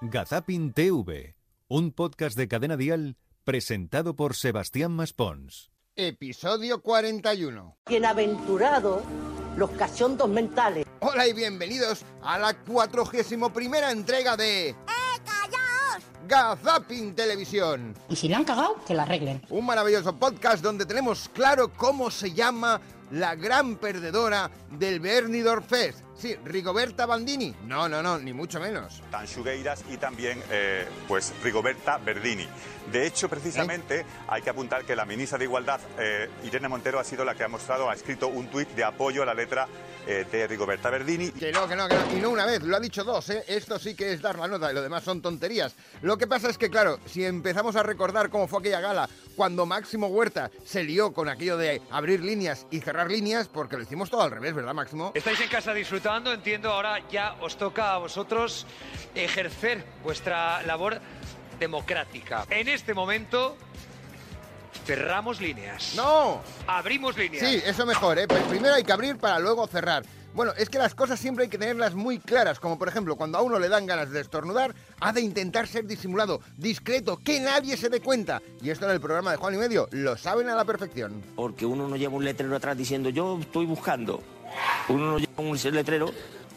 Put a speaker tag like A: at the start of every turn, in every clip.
A: Gazapin TV, un podcast de cadena dial presentado por Sebastián Maspons.
B: Episodio 41.
C: Bienaventurados los cachondos mentales.
B: Hola y bienvenidos a la 41 primera entrega de
D: ¡Eh, callaos!
B: Gazapin Televisión.
E: Y si la han cagado, que la arreglen.
B: Un maravilloso podcast donde tenemos claro cómo se llama la gran perdedora del Bernidor Fest. Sí, Rigoberta Bandini. No, no, no, ni mucho menos.
F: Tanchugueiras y también eh, pues Rigoberta Verdini. De hecho, precisamente hay que apuntar que la ministra de Igualdad, eh, Irene Montero, ha sido la que ha mostrado, ha escrito un tuit de apoyo a la letra eh, de Rigoberta Verdini.
B: Que no, que no, que no. Y no una vez, lo ha dicho dos, ¿eh? Esto sí que es dar la nota y lo demás son tonterías. Lo que pasa es que, claro, si empezamos a recordar cómo fue aquella gala, cuando Máximo Huerta se lió con aquello de abrir líneas y cerrar líneas, porque lo hicimos todo al revés, ¿verdad, Máximo?
G: Estáis en casa disfrutando, entiendo, ahora ya os toca a vosotros ejercer vuestra labor democrática. En este momento cerramos líneas.
B: ¡No!
G: Abrimos líneas.
B: Sí, eso mejor, ¿eh? Pues primero hay que abrir para luego cerrar. Bueno, es que las cosas siempre hay que tenerlas muy claras, como por ejemplo, cuando a uno le dan ganas de estornudar, ha de intentar ser disimulado, discreto, que nadie se dé cuenta. Y esto en el programa de Juan y Medio lo saben a la perfección.
H: Porque uno no lleva un letrero atrás diciendo yo estoy buscando. Uno no lleva un letrero.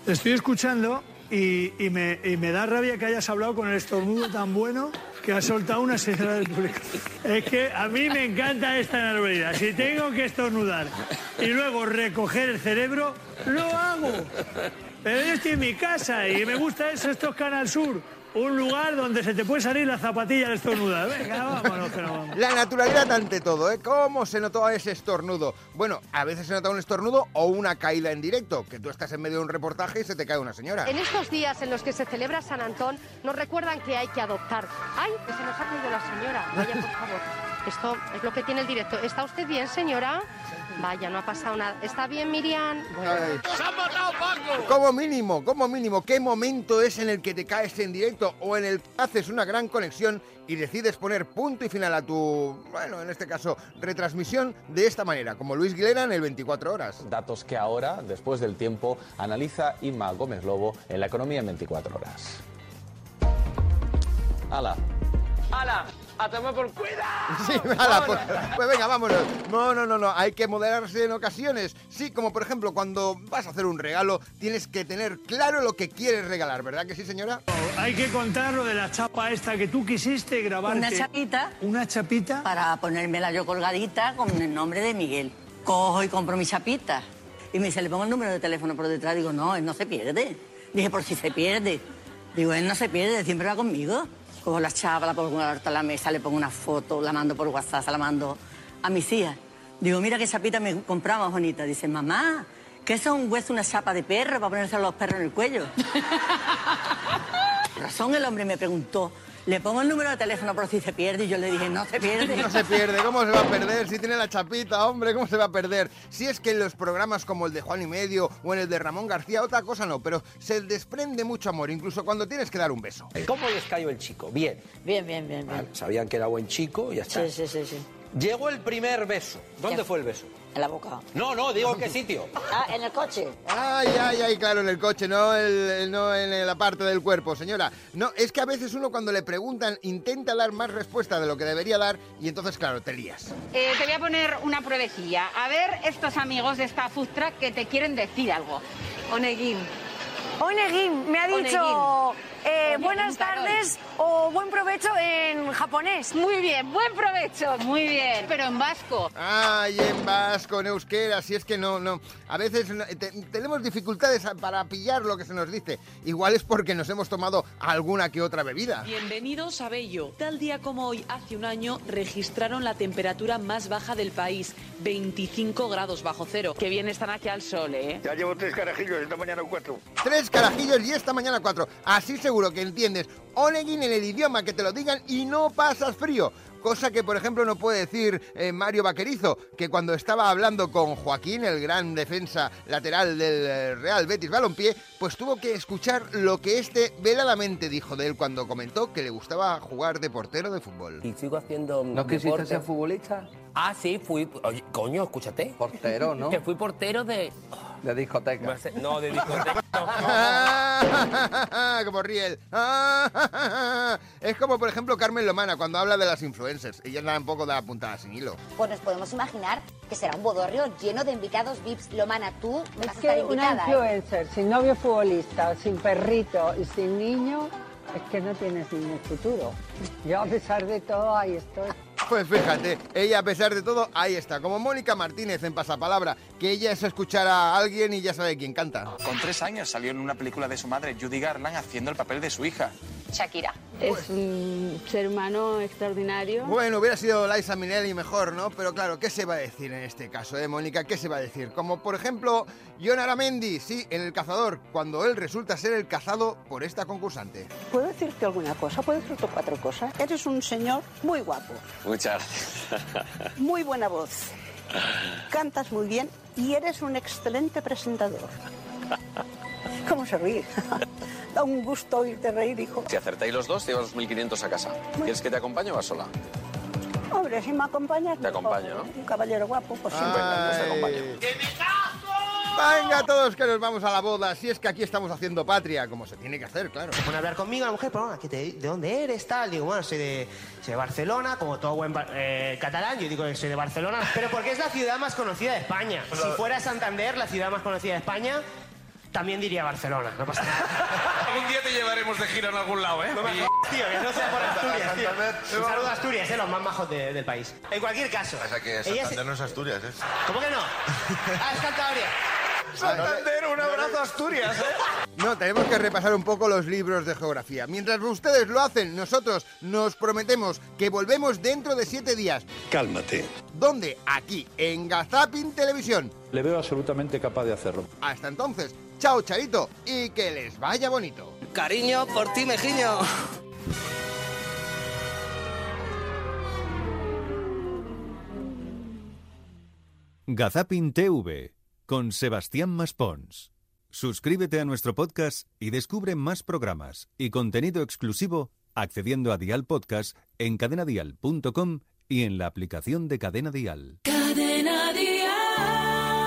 I: Estoy escuchando y, y me, y me da rabia que hayas hablado con el estornudo tan bueno que ha soltado una señora del público. Es que a mí me encanta esta normalidad. Si tengo que estornudar y luego recoger el cerebro, lo hago. Pero yo estoy en mi casa y me gusta eso, esto es Canal Sur. Un lugar donde se te puede salir la zapatilla al estornudar. Venga, vámonos, que nos vamos.
B: La naturalidad ante todo, ¿eh? ¿Cómo se notó ese estornudo? Bueno, a veces se nota un estornudo o una caída en directo, que tú estás en medio de un reportaje y se te cae una señora.
J: En estos días en los que se celebra San Antón, nos recuerdan que hay que adoptar. ¡Ay, que se nos ha caído la señora! Vaya, por favor. Esto es lo que tiene el directo. ¿Está usted bien, señora? Vaya, no ha pasado nada. ¿Está bien, Miriam? Bueno.
B: Ay. Como mínimo, como mínimo, ¿qué momento es en el que te caes en directo o en el que haces una gran conexión y decides poner punto y final a tu, bueno, en este caso, retransmisión de esta manera, como Luis Guilera en el 24 Horas?
K: Datos que ahora, después del tiempo, analiza Inma Gómez Lobo en La Economía en 24 Horas. ¡Hala!
L: ¡Hala! ¡A tomar por cuida!
B: Sí, ala, pues, pues venga, vámonos. No, no, no, no, hay que moderarse en ocasiones. Sí, como por ejemplo cuando vas a hacer un regalo, tienes que tener claro lo que quieres regalar, ¿verdad que sí, señora?
I: Hay que contar lo de la chapa esta que tú quisiste grabar.
M: Una chapita
I: Una chapita.
M: para ponérmela yo colgadita con el nombre de Miguel. Cojo y compro mi chapita. Y me dice, le pongo el número de teléfono por detrás. Digo, no, él no se pierde. Dije, por si se pierde. Digo, él no se pierde, siempre va conmigo. Cojo la chapa, la pongo a la mesa, le pongo una foto, la mando por WhatsApp, se la mando a mis hijas. Digo, mira qué chapita me compraba más bonita. Dice, mamá, que eso es un hueso, una chapa de perro para ponerse a los perros en el cuello. Razón el hombre me preguntó, le pongo el número de teléfono por si se pierde. Y yo le dije, no se pierde.
B: No se pierde, ¿cómo se va a perder? Si tiene la chapita, hombre, ¿cómo se va a perder? Si es que en los programas como el de Juan y Medio o en el de Ramón García, otra cosa no, pero se desprende mucho amor, incluso cuando tienes que dar un beso.
N: ¿Cómo les cayó el chico? Bien.
M: Bien, bien, bien,
N: Vale,
M: bien.
N: Sabían que era buen chico y ya está.
M: Sí, sí, sí, sí.
N: Llegó el primer beso. ¿Dónde
M: Ya.
N: fue el beso?
M: En la boca.
N: No, no, digo qué sitio.
M: Ah, en el coche.
B: Ay, ay, ay, claro, en el coche, no, el- el- no en la parte del cuerpo, señora. No, es que a veces uno cuando le preguntan intenta dar más respuesta de lo que debería dar y entonces, claro, te lías.
O: Eh, te voy a poner una pruebecilla. A ver, estos amigos de esta food truck que te quieren decir algo.
J: Oneguín.
P: Onegin, me ha
J: Onegin.
P: dicho eh,
O: Onegin,
P: buenas
O: Carol.
P: tardes o buen provecho en japonés.
O: Muy bien, buen provecho, muy bien. Pero en vasco.
B: Ay, en vasco, en euskera, si es que no, no. A veces no- te- tenemos dificultades a- para pillar lo que se nos dice. Igual es porque nos hemos tomado alguna que otra bebida.
Q: Bienvenidos a Bello. Tal día como hoy, hace un año, registraron la temperatura más baja del país, 25 grados bajo cero.
L: Qué bien están aquí al sol, ¿eh?
R: Ya llevo tres carajillos, esta mañana cuatro.
B: Tres carajillos y esta mañana cuatro. Así seguro que entiendes Onegin en el idioma que te lo digan y no pasas frío. Cosa que, por ejemplo, no puede decir eh, Mario Vaquerizo, que cuando estaba hablando con Joaquín, el gran defensa lateral del eh, Real Betis Balompié, pues tuvo que escuchar lo que este veladamente dijo de él cuando comentó que le gustaba jugar de portero de fútbol.
S: Y sigo haciendo
T: ¿No quisiste
S: deporte.
T: ser futbolista?
S: Ah, sí, fui... Oye, coño, escúchate.
T: Portero, ¿no?
S: Que fui portero de...
U: De discoteca.
V: No, de discoteca.
B: como riel. es como, por ejemplo, Carmen Lomana cuando habla de las influencers. Ella tampoco da puntada sin hilo.
M: Pues nos podemos imaginar que será un bodorrio lleno de invitados VIPs. Lomana, tú vas a
J: Es
M: estar
J: que una
M: invitada. ¿eh?
J: influencer sin novio futbolista, sin perrito y sin niño, es que no tienes ningún futuro. Yo a pesar de todo ahí estoy.
B: Pues fíjate, ella a pesar de todo, ahí está, como Mónica Martínez en Pasapalabra, que ella es escuchar a alguien y ya sabe quién canta.
G: Con tres años salió en una película de su madre, Judy Garland, haciendo el papel de su hija.
M: ¿eh?
F: Shakira. Es un ser humano extraordinario.
B: Bueno, hubiera sido Liza Minnelli mejor, ¿no? Pero claro, ¿qué se va a decir en este caso, eh, Mónica? ¿Qué se va a decir? Como por ejemplo, John Aramendi, sí, en El Cazador, cuando él resulta ser el cazado por esta concursante.
Q: ¿Puedo decirte alguna cosa? ¿Puedo decirte Pues cuatro cosas? Eres un señor muy guapo,
G: Muchas
Q: muy buena voz, cantas muy bien y eres un excelente presentador. ¿Cómo se ríe? da un gusto oírte reír, hijo.
G: Si acertáis los dos, te llevas 2.500 a casa. ¿Quieres que te acompañe o vas sola?
Q: Hombre, si me acompañas...
G: Te acompaño,
Q: mejor.
G: ¿no?
Q: Un caballero guapo, pues siempre...
B: Venga todos que nos vamos a la boda, si es que aquí estamos haciendo patria, como se tiene que hacer, claro.
I: Bueno, hablar conmigo, la mujer, pues, bueno, ¿qué te- ¿de dónde eres? Tal, digo, bueno, soy de, soy de Barcelona, como todo buen ba- eh, catalán, yo digo que soy de Barcelona, pero porque es la ciudad más conocida de España. Si fuera Santander, la ciudad más conocida de España, también diría Barcelona, no pasa nada.
G: Algún día te llevaremos de gira en algún lado, ¿eh?
I: Tío, que no sea por Asturias, tío. Un saludo a Asturias, eh, los más majos de- del país. En cualquier caso.
W: Pasa que
I: ella
W: Santander no es Asturias, ¿eh?
I: se- ¿Cómo que no? Ah, es Cantabria.
W: Santander,
I: un abrazo a Asturias, ¿eh?
B: No, tenemos que repasar un poco los libros de geografía. Mientras ustedes lo hacen, nosotros nos prometemos que volvemos dentro de siete días.
X: Cálmate.
B: ¿Dónde? Aquí, en Gazapin Televisión.
X: Le veo absolutamente capaz de hacerlo.
B: Hasta entonces, chao Charito y que les vaya bonito.
Q: Cariño, por ti, Mejiño.
A: Gazapin TV con Sebastián Maspons. Suscríbete a nuestro podcast y descubre más programas y contenido exclusivo accediendo a Dial Podcast en cadenadial.com y en la aplicación de Cadena Dial.
Y: Cadena Dial.